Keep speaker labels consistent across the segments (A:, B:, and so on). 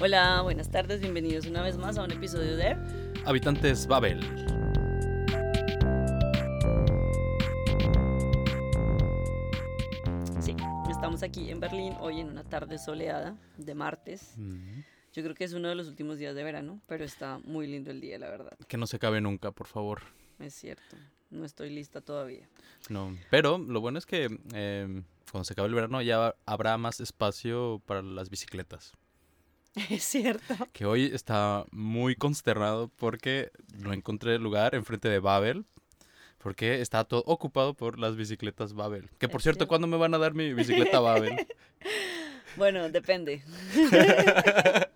A: Hola, buenas tardes, bienvenidos una vez más a un episodio de
B: Habitantes Babel.
A: Sí, estamos aquí en Berlín hoy en una tarde soleada de martes. Yo creo que es uno de los últimos días de verano, pero está muy lindo el día, la verdad.
B: Que no se acabe nunca, por favor.
A: Es cierto, no estoy lista todavía.
B: No. Pero lo bueno es que eh, cuando se acabe el verano ya habrá más espacio para las bicicletas.
A: Es cierto.
B: Que hoy está muy consternado porque no encontré lugar enfrente de Babel. Porque está todo ocupado por las bicicletas Babel. Que por
A: Es
B: cierto,
A: cierto.
B: ¿cuándo me van a dar mi bicicleta Babel?
A: Bueno, depende.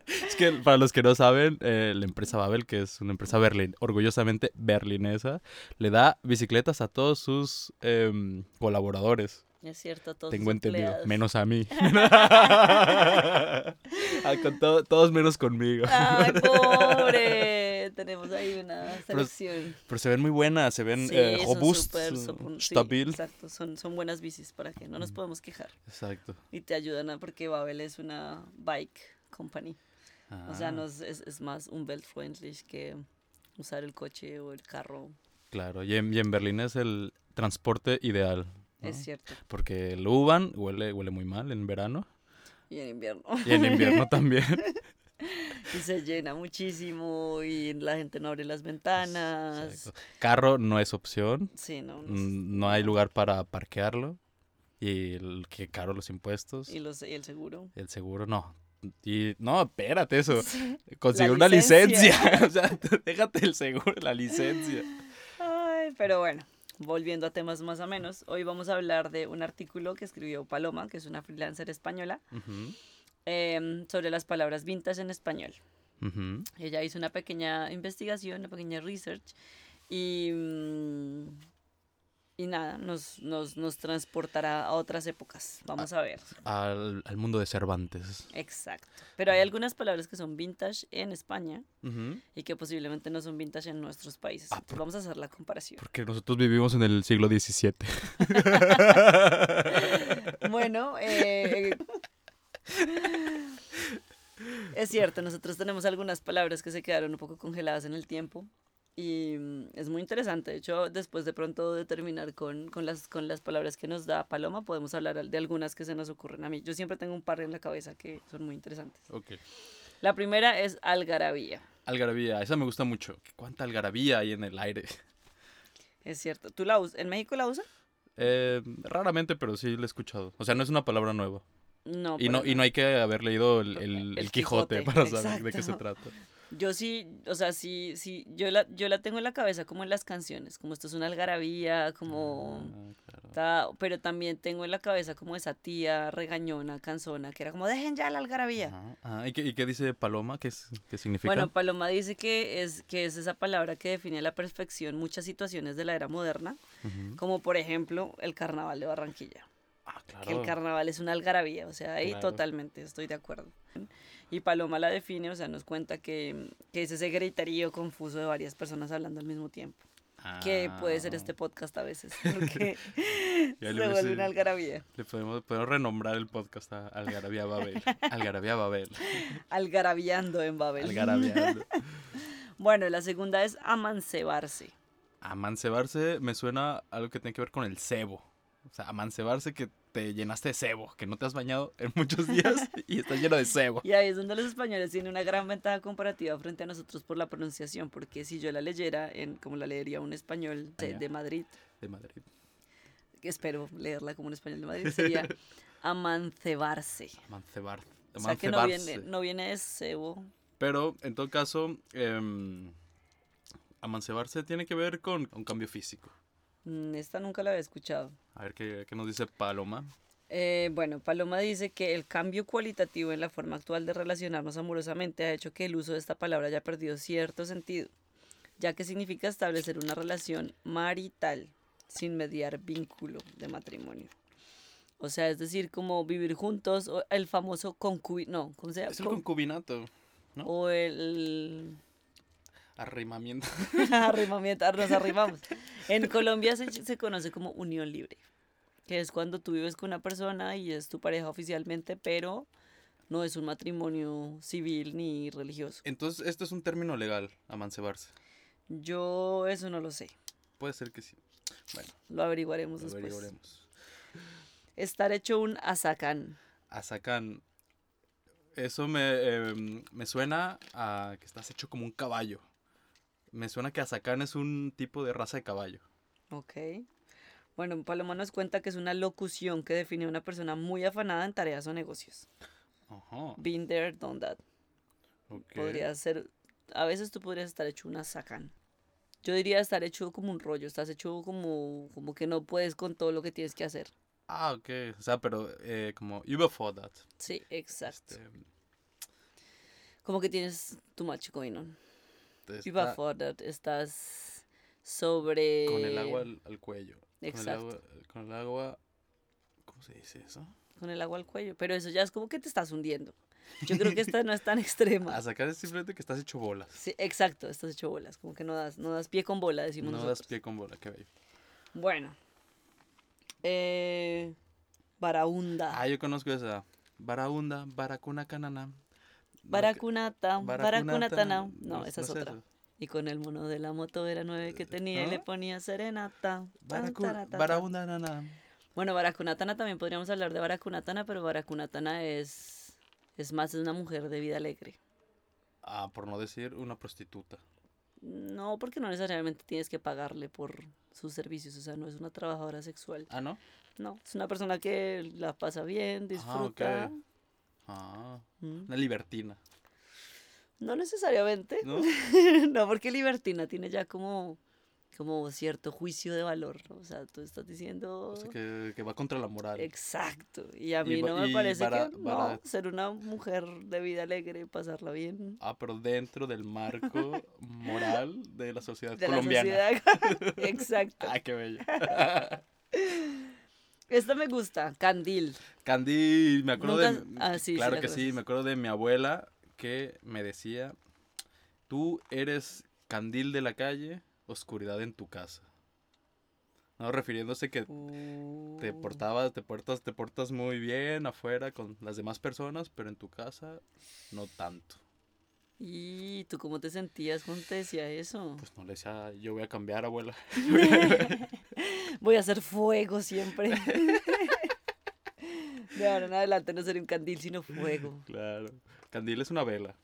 B: es que para los que no saben, eh, la empresa Babel, que es una empresa berlin, orgullosamente berlinesa, le da bicicletas a todos sus em, colaboradores.
A: Es cierto, todos
B: Tengo
A: sus
B: entendido.
A: empleados.
B: Menos a mí. Ah, con to- todos menos conmigo.
A: Ay, pobre. Tenemos ahí una selección.
B: Pero se ven muy buenas, se ven
A: Sí,
B: eh,
A: son súper,
B: robustas,
A: son- sí,
B: stabil. Mm.
A: exacto, son, son buenas bicis para que no nos podemos quejar.
B: Exacto.
A: Y te ayudan a, porque Babel es una bike company. O
B: Ah.
A: sea, no es, es, es más umweltfreundlich que usar el coche o el carro.
B: Claro, y en, y en Berlín es el transporte ideal. ¿no?
A: Es cierto.
B: Porque el U-Bahn huele, huele muy mal en verano
A: Y en invierno.
B: y en invierno también.
A: Y se llena muchísimo y la gente no abre las ventanas.
B: Exacto. Carro no es opción,
A: Sí, no. no sé.
B: mm, no hay lugar para parquearlo y el- que caro los impuestos.
A: Y, los, y el seguro.
B: El seguro no. Y no, espérate eso.
A: Sí.
B: Conseguir
A: La
B: una licencia.
A: licencia.
B: o sea, tú déjate el seguro, la licencia.
A: Ay, pero bueno, volviendo a temas más o menos, hoy vamos a hablar de un artículo que escribió Paloma, que es una freelancer española,
B: Ujú,
A: em, sobre las palabras vintage en español.
B: ujú.
A: Ella hizo una pequeña investigación, una pequeña research y, mm, y nada, nos, nos, nos transportará a otras épocas. Vamos a ver.
B: Al, al mundo de Cervantes.
A: Exacto. Pero hay algunas palabras que son vintage en España
B: Ujú.
A: y que posiblemente no son vintage en nuestros países.
B: Ah,
A: Entonces vamos a hacer la comparación.
B: Porque nosotros vivimos en el siglo XVII.
A: Bueno, eh, es cierto, nosotros tenemos algunas palabras que se quedaron un poco congeladas en el tiempo y mm, es muy interesante. De hecho, después de pronto de terminar con, con las, con las palabras que nos da Paloma, podemos hablar al- de algunas que se nos ocurren a mí. Yo siempre tengo un par en la cabeza que son muy interesantes.
B: ok.
A: La primera es algarabía.
B: Algarabía, esa me gusta mucho. ¿Cuánta algarabía hay en el aire?
A: Es cierto. ¿Tú la usas? ¿En México la usan?
B: Eh, raramente, pero sí la he escuchado. O sea, no es una palabra nueva.
A: No.
B: y,
A: para
B: no, y no hay que haber leído el, el-
A: El
B: el Quijote,
A: Quijote,
B: para saber de qué se
A: exacto.
B: trata.
A: Yo sí, o sea, sí, sí, yo la, yo la tengo en la cabeza como en las canciones, como esto es una algarabía, como...
B: Ah, claro.
A: ta- pero también tengo en la cabeza como esa tía regañona, canzona, que era como, dejen ya la algarabía.
B: Ajá. Ah, ¿y, qué, y qué dice Paloma? ¿Qué, es- qué significa?
A: Bueno, Paloma dice que es, que es esa palabra que define a la perfección muchas situaciones de la era moderna,
B: Ujú.
A: como por ejemplo el carnaval de Barranquilla.
B: Ah, claro.
A: que el carnaval es una algarabía, o sea, ahí
B: Claro.
A: totalmente estoy de acuerdo. Y Paloma la define, o sea, nos cuenta que, que es ese griterío confuso de varias personas hablando al mismo tiempo, que puede ser
B: Ah.
A: este podcast a veces, porque
B: Ya
A: se
B: le
A: vuelve
B: hubiese-
A: una algarabía.
B: Le podemos, podemos renombrar el podcast a Algarabía Babel. Algarabía Babel.
A: Algarabiando en Babel.
B: Algarabía.
A: Bueno, la segunda es amancebarse.
B: Amancebarse me suena a algo que tiene que ver con el cebo. O sea, amancebarse que te llenaste de cebo, que no te has bañado en muchos días y estás lleno de cebo.
A: Y ahí es donde los españoles tienen una gran ventaja comparativa frente a nosotros por la pronunciación, porque si yo la leyera, en, como la leería un español de-
B: España.
A: de Madrid,
B: De Madrid.
A: que espero leerla como un español de Madrid, sería amancebarse.
B: Amancebar- Amancebarse.
A: O sea que no viene, no viene de cebo.
B: Pero, en todo caso, em, amancebarse tiene que ver con un cambio físico.
A: Mm, Esta nunca la había escuchado.
B: A ver qué, qué nos dice Paloma.
A: Eh, bueno, Paloma dice que el cambio cualitativo en la forma actual de relacionarnos amorosamente ha hecho que el uso de esta palabra haya perdido cierto sentido, ya que significa establecer una relación marital sin mediar vínculo de matrimonio. O sea, es decir, como vivir juntos, o el famoso concubi... No, ¿cómo se llama?
B: Es el
A: Con-
B: concubinato, ¿no?
A: O el...
B: arrimamiento.
A: Arrimamiento, ar- nos arrimamos. En Colombia se, se conoce como unión libre, que es cuando tú vives con una persona y es tu pareja oficialmente, pero no es un matrimonio civil ni religioso.
B: Entonces, esto es un término legal, amancebarse.
A: Yo eso no lo sé.
B: Puede ser que sí. Bueno,
A: Lo averiguaremos
B: lo
A: después.
B: averiguaremos.
A: Estar hecho un azacán.
B: Azacán. Eso me, em, me suena a que estás hecho como un caballo. Me suena que azacán es un tipo de raza de caballo.
A: Ok. Bueno, Paloma nos cuenta que es una locución que define a una persona muy afanada en tareas o negocios.
B: Ajá.
A: Been there, done that.
B: ok.
A: Podría ser. A veces tú podrías estar hecho una sacán. Yo diría estar hecho como un rollo, estás hecho como, como que no puedes con todo lo que tienes que hacer.
B: Ah, ok. O sea, pero eh, como you before that.
A: Sí, exacto.
B: Este,
A: Como que tienes too much going on.
B: te
A: You
B: está
A: before that, estás sobre.
B: Con el agua al, al cuello.
A: Eh, Exacto.
B: Con el, agua, con el agua. ¿Cómo se dice eso?
A: Con el agua al cuello. Pero eso ya es como que te estás hundiendo. Yo creo que esta no es tan extrema.
B: Azacán es simplemente que estás hecho bolas.
A: Sí, exacto, estás hecho bolas. Como que no das, no das pie con bola, decimos
B: no das
A: nosotros.
B: pie con bola, qué bello.
A: Bueno. Eh, Barahunda.
B: Ah, yo conozco esa. Barahunda, baracuna canana.
A: Baracunata, baracunatana.
B: Baracunatana,
A: No, esa es
B: sé
A: otra.
B: eso.
A: Y con el mono de la moto era nueve que tenía y le
B: ¿no?
A: ponía serenata. tan,
B: Baracu-
A: taratata.
B: Barahunda, nana.
A: Bueno, baracunatana también podríamos hablar de baracunatana, pero baracunatana es es más es una mujer de vida alegre.
B: Ah, por no decir una prostituta.
A: No, porque no necesariamente tienes que pagarle por sus servicios, o sea, no es una trabajadora sexual.
B: Ah, ¿no?
A: No, es una persona que la pasa bien,
B: Ah, ok.
A: disfruta.
B: Ah,
A: ¿Mm?
B: una libertina.
A: No necesariamente.
B: ¿No?
A: no, porque libertina tiene ya como, como cierto juicio de valor. ¿no? O sea, tú estás diciendo.
B: O sea, que, que va contra la moral.
A: Exacto. Y a
B: Y
A: mí
B: ba-
A: no me
B: y
A: parece
B: bara-
A: que.
B: bara-
A: No, ser una mujer de vida alegre, pasarla bien.
B: Ah, pero dentro del marco moral de la sociedad
A: De
B: Ah, colombiana.
A: la sociedad. Exacto.
B: Ah, qué bello.
A: Esta me gusta, Candil.
B: Candy, me acuerdo de.
A: Nunca- ah, sí, sí
B: claro
A: la
B: que sí,
A: conoces.
B: me acuerdo de mi abuela que me decía: Tú eres candil de la calle, oscuridad en tu casa. No, refiriéndose que te
A: Uh,
B: portabas, te portas, te portas muy bien afuera con las demás personas, pero en tu casa no tanto.
A: ¿Y tú cómo te sentías cuando te decía eso?
B: Pues no le decía, yo voy a cambiar, abuela.
A: Voy a hacer fuego siempre. De ahora en adelante no seré un candil, sino fuego.
B: Claro. Candil es una vela.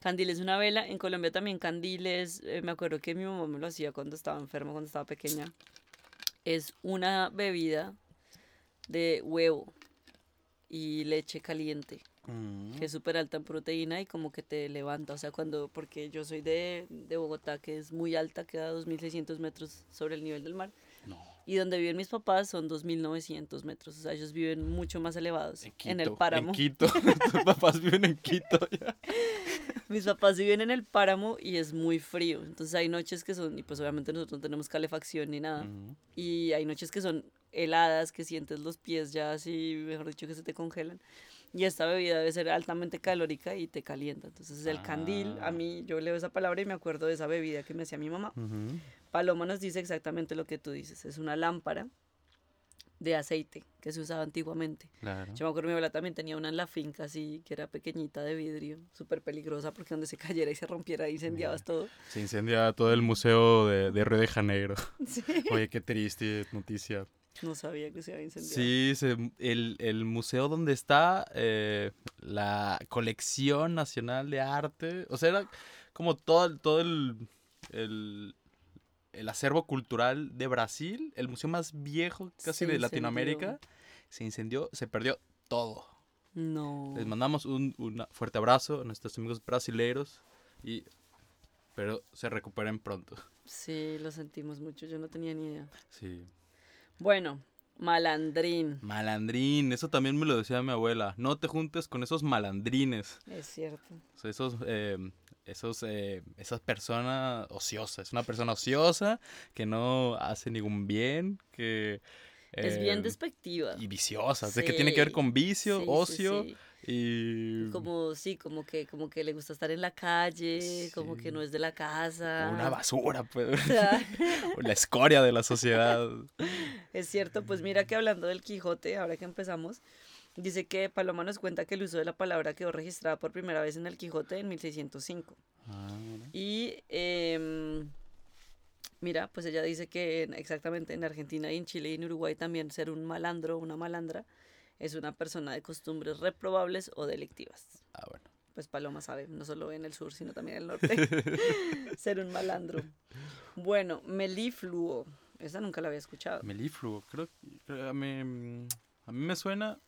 A: Candil es una vela. En Colombia también candil es, eh, me acuerdo que mi mamá me lo hacía cuando estaba enferma, cuando estaba pequeña. Es una bebida de huevo y leche caliente, que
B: Mm.
A: es súper alta en proteína y como que te levanta. O sea, cuando, porque yo soy de, de Bogotá, que es muy alta, queda a 2.600 metros sobre el nivel del mar.
B: No.
A: Y donde viven mis papás son 2.900 metros. O sea, ellos viven mucho más elevados.
B: En
A: En,
B: Quito.
A: el páramo.
B: En Quito. Tus papás viven en Quito ya.
A: Mis papás viven en el páramo y es muy frío. Entonces hay noches que son, y pues obviamente nosotros no tenemos calefacción ni nada.
B: Ujú.
A: Y hay noches que son heladas, que sientes los pies ya así, mejor dicho, que se te congelan. Y esta bebida debe ser altamente calórica y te calienta. Entonces el candil,
B: Ah.
A: a mí yo leo esa palabra y me acuerdo de esa bebida que me hacía mi mamá. Paloma nos dice exactamente lo que tú dices. Es una lámpara de aceite que se usaba antiguamente.
B: Claro.
A: Yo me acuerdo mi abuela también tenía una en la finca así, que era pequeñita de vidrio, súper peligrosa porque donde se cayera y se rompiera incendiabas todo.
B: Se incendia todo el museo de, de Río de Janeiro.
A: Sí.
B: Oye, qué triste noticia.
A: No sabía que se había incendiado.
B: Sí, se- el, el museo donde está eh, la colección nacional de arte. O sea, era como todo, el- todo el, el, el acervo cultural de Brasil, el museo más viejo casi
A: Se
B: de
A: incendió.
B: Latinoamérica. Se incendió, se perdió todo.
A: No.
B: Les mandamos un, un fuerte abrazo a nuestros amigos brasileiros y pero se recuperen pronto.
A: Sí, lo sentimos mucho, yo no tenía ni idea.
B: Sí.
A: Bueno, malandrín.
B: Malandrín, eso también me lo decía mi abuela. No te juntes con esos malandrines,
A: Es cierto.
B: O sea, esos, eh, esos, eh, esas personas ociosas. Es una persona ociosa que no hace ningún bien, que
A: es bien
B: eh,
A: despectiva.
B: y viciosa, o sea, que tiene que ver
A: Sí,
B: con vicio,
A: Sí, sí,
B: ocio
A: sí.
B: y
A: Como, sí, como que, como que le gusta estar en la calle, como
B: Sí.
A: que no es de la casa.
B: una basura, pues,
A: O sea,
B: la escoria de la sociedad.
A: Es cierto, pues mira que hablando del Quijote, ahora que empezamos, Dice que Paloma nos cuenta que el uso de la palabra quedó registrada por primera vez en el Quijote en 1605.
B: Ah, mira.
A: Y em, mira, pues ella dice que en- exactamente en Argentina y en Chile y en Uruguay también ser un malandro o una malandra es una persona de costumbres reprobables o delictivas.
B: Ah, bueno.
A: Pues Paloma sabe, no solo en el sur, sino también en el norte. ser un malandro. Bueno, melifluo. Esa nunca la había escuchado.
B: Melifluo, creo que a mí, mm, a mí me suena...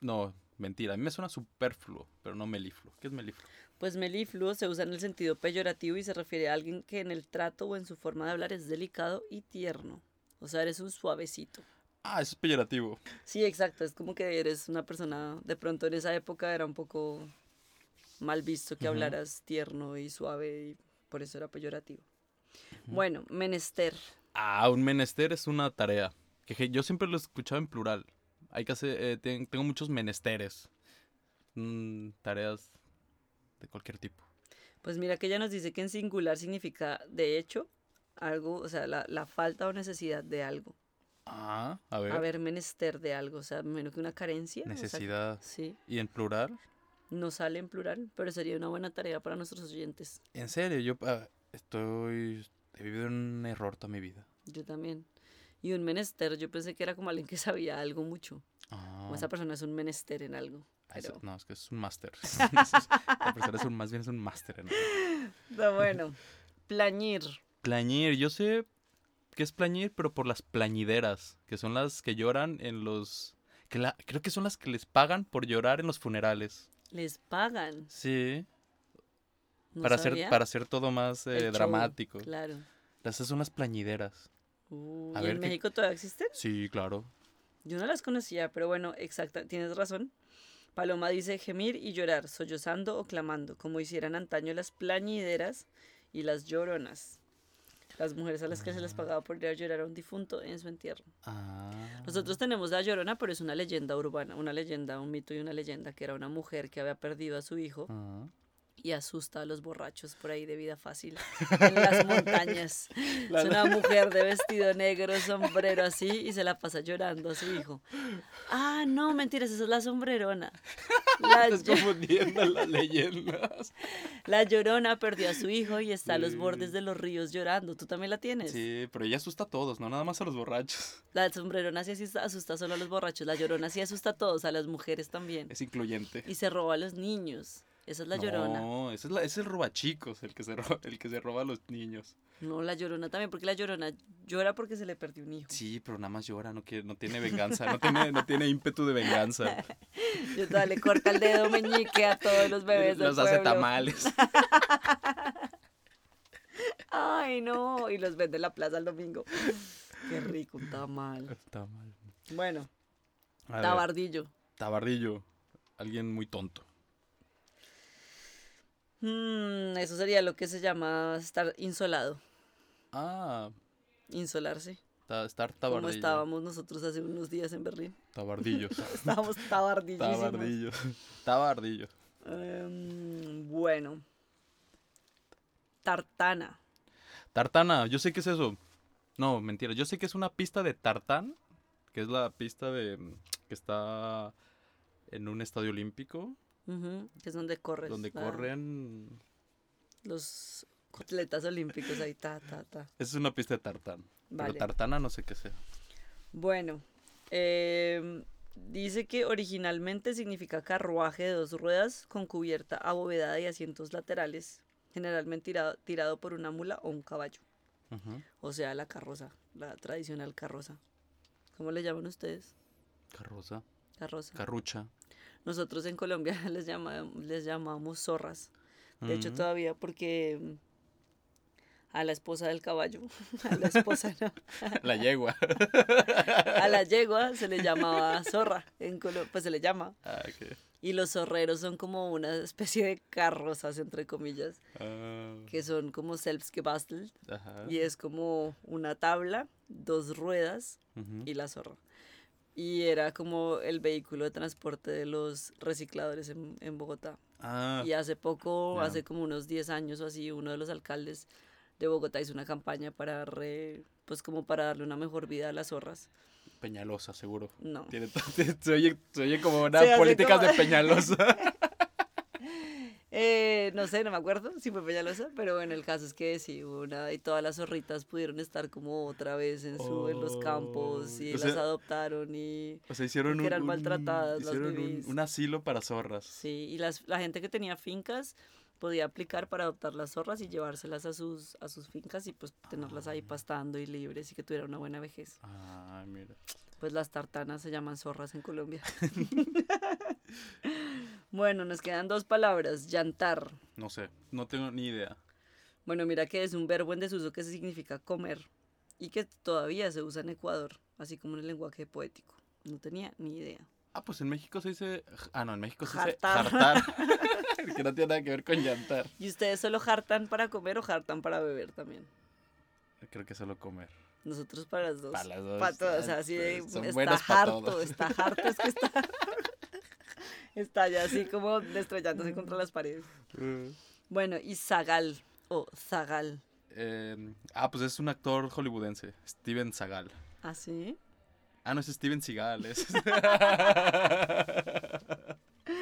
B: No, mentira, a mí me suena superfluo, pero no melifluo. ¿Qué es melifluo?
A: Pues melifluo se usa en el sentido peyorativo y se refiere a alguien que en el trato o en su forma de hablar es delicado y tierno. O sea, eres un suavecito.
B: Ah, eso es peyorativo.
A: Sí, exacto. Es como que eres una persona, de pronto en esa época era un poco mal visto que
B: Ujú.
A: hablaras tierno y suave y por eso era peyorativo. Bueno, menester.
B: Ah, un menester es una tarea. Que je- yo siempre lo escuchaba en plural. Hay que hacer, eh, ten- tengo muchos menesteres. Mm, tareas de cualquier tipo.
A: Pues mira que ella nos dice que en singular significa, de hecho, algo, o sea, la, la falta o necesidad de algo.
B: Ah, a ver.
A: Haber menester de algo, o sea, menos que una carencia. o sea,
B: necesidad.
A: sí,
B: ¿Y en plural?
A: no sale en plural, pero sería una buena tarea para nuestros oyentes.
B: En serio, yo ah, estoy... He vivido un error toda mi vida.
A: Yo también. Y un menester, yo pensé que era como alguien que sabía algo mucho.
B: Ah,
A: Como esa persona es un menester en algo.
B: ah, eso-
A: pero-
B: No, es que es un máster. La persona es un, más bien es un máster. en algo.
A: No, bueno. Plañir.
B: Plañir, yo sé que es plañir, pero por las plañideras, que son las que lloran en los... que la- creo que son las que les pagan por llorar en los funerales.
A: Les pagan.
B: Sí,
A: ¿No
B: para, hacer,
A: sabía?
B: para hacer todo más eh,
A: El show,
B: dramático.
A: Claro.
B: Las esas son las plañideras.
A: Uh,
B: A
A: ¿Y
B: ver
A: en
B: qué-
A: México todavía existen?
B: Sí, claro.
A: Yo no las conocía, pero bueno, exacta, tienes razón. Paloma dice gemir y llorar, sollozando o clamando, como hicieran antaño las plañideras y las lloronas. Las mujeres a las que se les pagaba por ir a llorar a un difunto en su entierro.
B: Ah.
A: Nosotros tenemos la llorona, pero es una leyenda urbana, una leyenda, un mito y una leyenda, que era una mujer que había perdido a su hijo
B: Ah.
A: y asusta a los borrachos por ahí de vida fácil en las montañas. Es una mujer de vestido negro, sombrero así y se la pasa llorando a su hijo. Ah, no, mentiras, esa es la sombrerona. La,
B: Estás
A: llo-
B: confundiendo las leyendas.
A: la llorona perdió a su hijo y está a los bordes de los ríos llorando. ¿Tú también la tienes?
B: Sí, pero ella asusta a todos, no nada más a los borrachos.
A: La sombrerona sí asista- asusta solo a los borrachos, la llorona sí asusta a todos, a las mujeres también.
B: Es incluyente.
A: Y se roba a los niños. Esa es la llorona.
B: No, ese es, la, ese es el robachicos, el que, se roba, el que se roba a los niños.
A: No, la llorona también, porque la llorona llora porque se le perdió un hijo.
B: Sí, pero nada más llora, no, quiere, no tiene venganza, no tiene, no tiene ímpetu de venganza.
A: Yo todavía le corta el dedo meñique a todos los bebés del
B: Los hace
A: pueblo.
B: tamales.
A: Ay, no. Y los vende en la plaza el domingo. Qué rico, un tamal.
B: Tamal.
A: Bueno,
B: A ver,
A: tabardillo.
B: Tabardillo. Alguien muy tonto.
A: Mm, eso sería lo que se llama estar insolado.
B: Ah,
A: Insolarse.
B: ta- estar
A: Como
B: tabardillo.
A: estábamos nosotros hace unos días en Berlín.
B: Tabardillos.
A: Estábamos tabardillísimos.
B: Tabardillos. Tabardillo.
A: Em, bueno. Tartana.
B: Tartana, yo sé que es eso. No, mentira. Yo sé que es una pista de tartán, que es la pista de mm, que está en un estadio olímpico,
A: Ujú, que es donde corres.
B: donde
A: la-
B: corren...
A: Los atletas olímpicos ahí, ta, ta, ta.
B: Esa es una pista de tartán.
A: Vale.
B: Pero tartana no sé qué sea.
A: Bueno, em, dice que originalmente significa carruaje de dos ruedas con cubierta abovedada y asientos laterales, generalmente tirado, tirado por una mula o un caballo.
B: Ujú.
A: O sea, la carroza, la tradicional carroza. ¿Cómo le llaman ustedes?
B: Carroza.
A: Carroza.
B: Carrucha.
A: Nosotros en Colombia les, llama- les llamamos zorras. De hecho,
B: Ujú.
A: todavía porque em, a la esposa del caballo, a la esposa no,
B: La yegua.
A: a la yegua se le llamaba zorra. En Colo- pues se le llama.
B: Ah, ok.
A: Y los zorreros son como una especie de carrozas, entre comillas,
B: Ah,
A: que son como selbstgebastelt.
B: ajá.
A: Y es como una tabla, dos ruedas
B: Ujú.
A: y la zorra. Y era como el vehículo de transporte de los recicladores en, en Bogotá.
B: Ah,
A: Y hace poco,
B: Ya.
A: hace como unos 10 años o así, uno de los alcaldes de Bogotá hizo una campaña para re- pues como para darle una mejor vida a las zorras.
B: Peñalosa, seguro.
A: No.
B: Tiene to- se, oye, se oye como una
A: Se hace
B: política
A: como-
B: de Peñalosa.
A: Eh, no sé, no me acuerdo si fue Peñalosa, pero bueno, el caso es que sí, hubo una y todas las zorritas pudieron estar como otra vez en, su, en los campos y
B: Oh, o sea-
A: las adoptaron y
B: O sea, hicieron
A: Porque
B: un,
A: eran
B: un-
A: maltratadas las
B: hicieron un,
A: bebés.
B: un asilo para zorras.
A: sí, y las, la gente que tenía fincas podía aplicar para adoptar las zorras y llevárselas a sus, a sus fincas y pues tenerlas ahí pastando y libres y que tuviera una buena vejez.
B: Ah, mira.
A: Pues las tartanas se llaman zorras en Colombia. bueno, nos quedan dos palabras, llantar.
B: No sé, no tengo ni idea.
A: Bueno, mira que es un verbo en desuso que significa comer y que todavía se usa en Ecuador, así como en el lenguaje poético. No tenía ni idea.
B: Ah, pues en México se dice. Ah, no, en México se
A: Jartar.
B: dice jartar. que no tiene nada que ver con llantar.
A: ¿Y ustedes solo hartan para comer o hartan para beber también?
B: Creo que solo comer.
A: Nosotros para las dos.
B: Para las dos,
A: Pa' todas, o sea,
B: ah,
A: así de,
B: pues, son
A: está
B: buenas pa'
A: harto,
B: todo.
A: está harto, es que está... está ya así como estrellándose contra las paredes. Bueno, y zagal o zagal.
B: Eh, ah, pues es un actor hollywoodense, Steven Seagal.
A: ¿Así?
B: Ah, no, es Steven Seagal. es-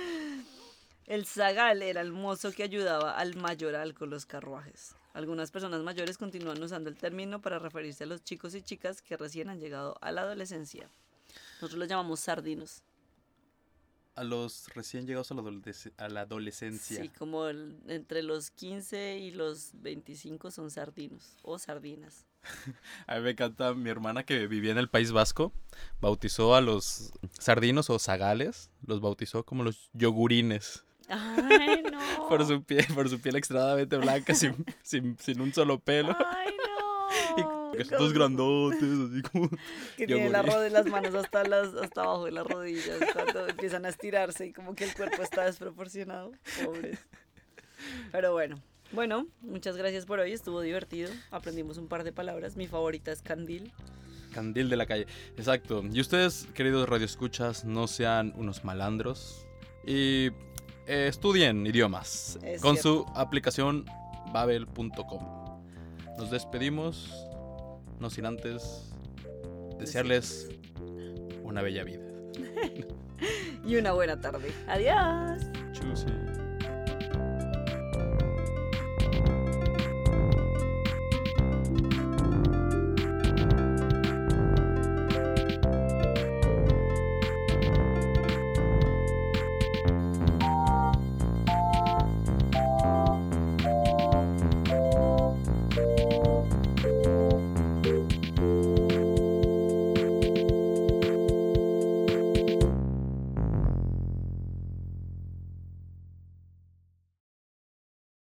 A: El zagal era el mozo que ayudaba al mayoral con los carruajes. Algunas personas mayores continúan usando el término para referirse a los chicos y chicas que recién han llegado a la adolescencia. Nosotros los llamamos sardinos.
B: a los recién llegados a la, adolesc- a la adolescencia.
A: Sí, como el- entre los 15 y los 25 son sardinos o sardinas.
B: A mí me encanta mi hermana que vivía en el País Vasco. Bautizó a los sardinos o zagales. Los bautizó como los yogurines.
A: ¡Ay, no!
B: Por su piel, por su piel extremadamente blanca, sin, sin, sin un solo pelo.
A: ¡Ay, no!
B: Y que son dos grandotes, así como.
A: Que tienen la
B: yogurín.
A: rode- las manos hasta, las, hasta abajo de las rodillas cuando empiezan a estirarse y como que el cuerpo está desproporcionado. Pobres. Pero bueno. Bueno, muchas gracias por hoy. Estuvo divertido. Aprendimos un par de palabras. Mi favorita es candil.
B: Candil de la calle. Exacto. Y ustedes, queridos radioescuchas, no sean unos malandros. Y eh, estudien idiomas
A: Es
B: con su aplicación babel.com. Nos despedimos, no sin antes desearles una bella vida.
A: Y una buena tarde. Adiós.
B: Chusi.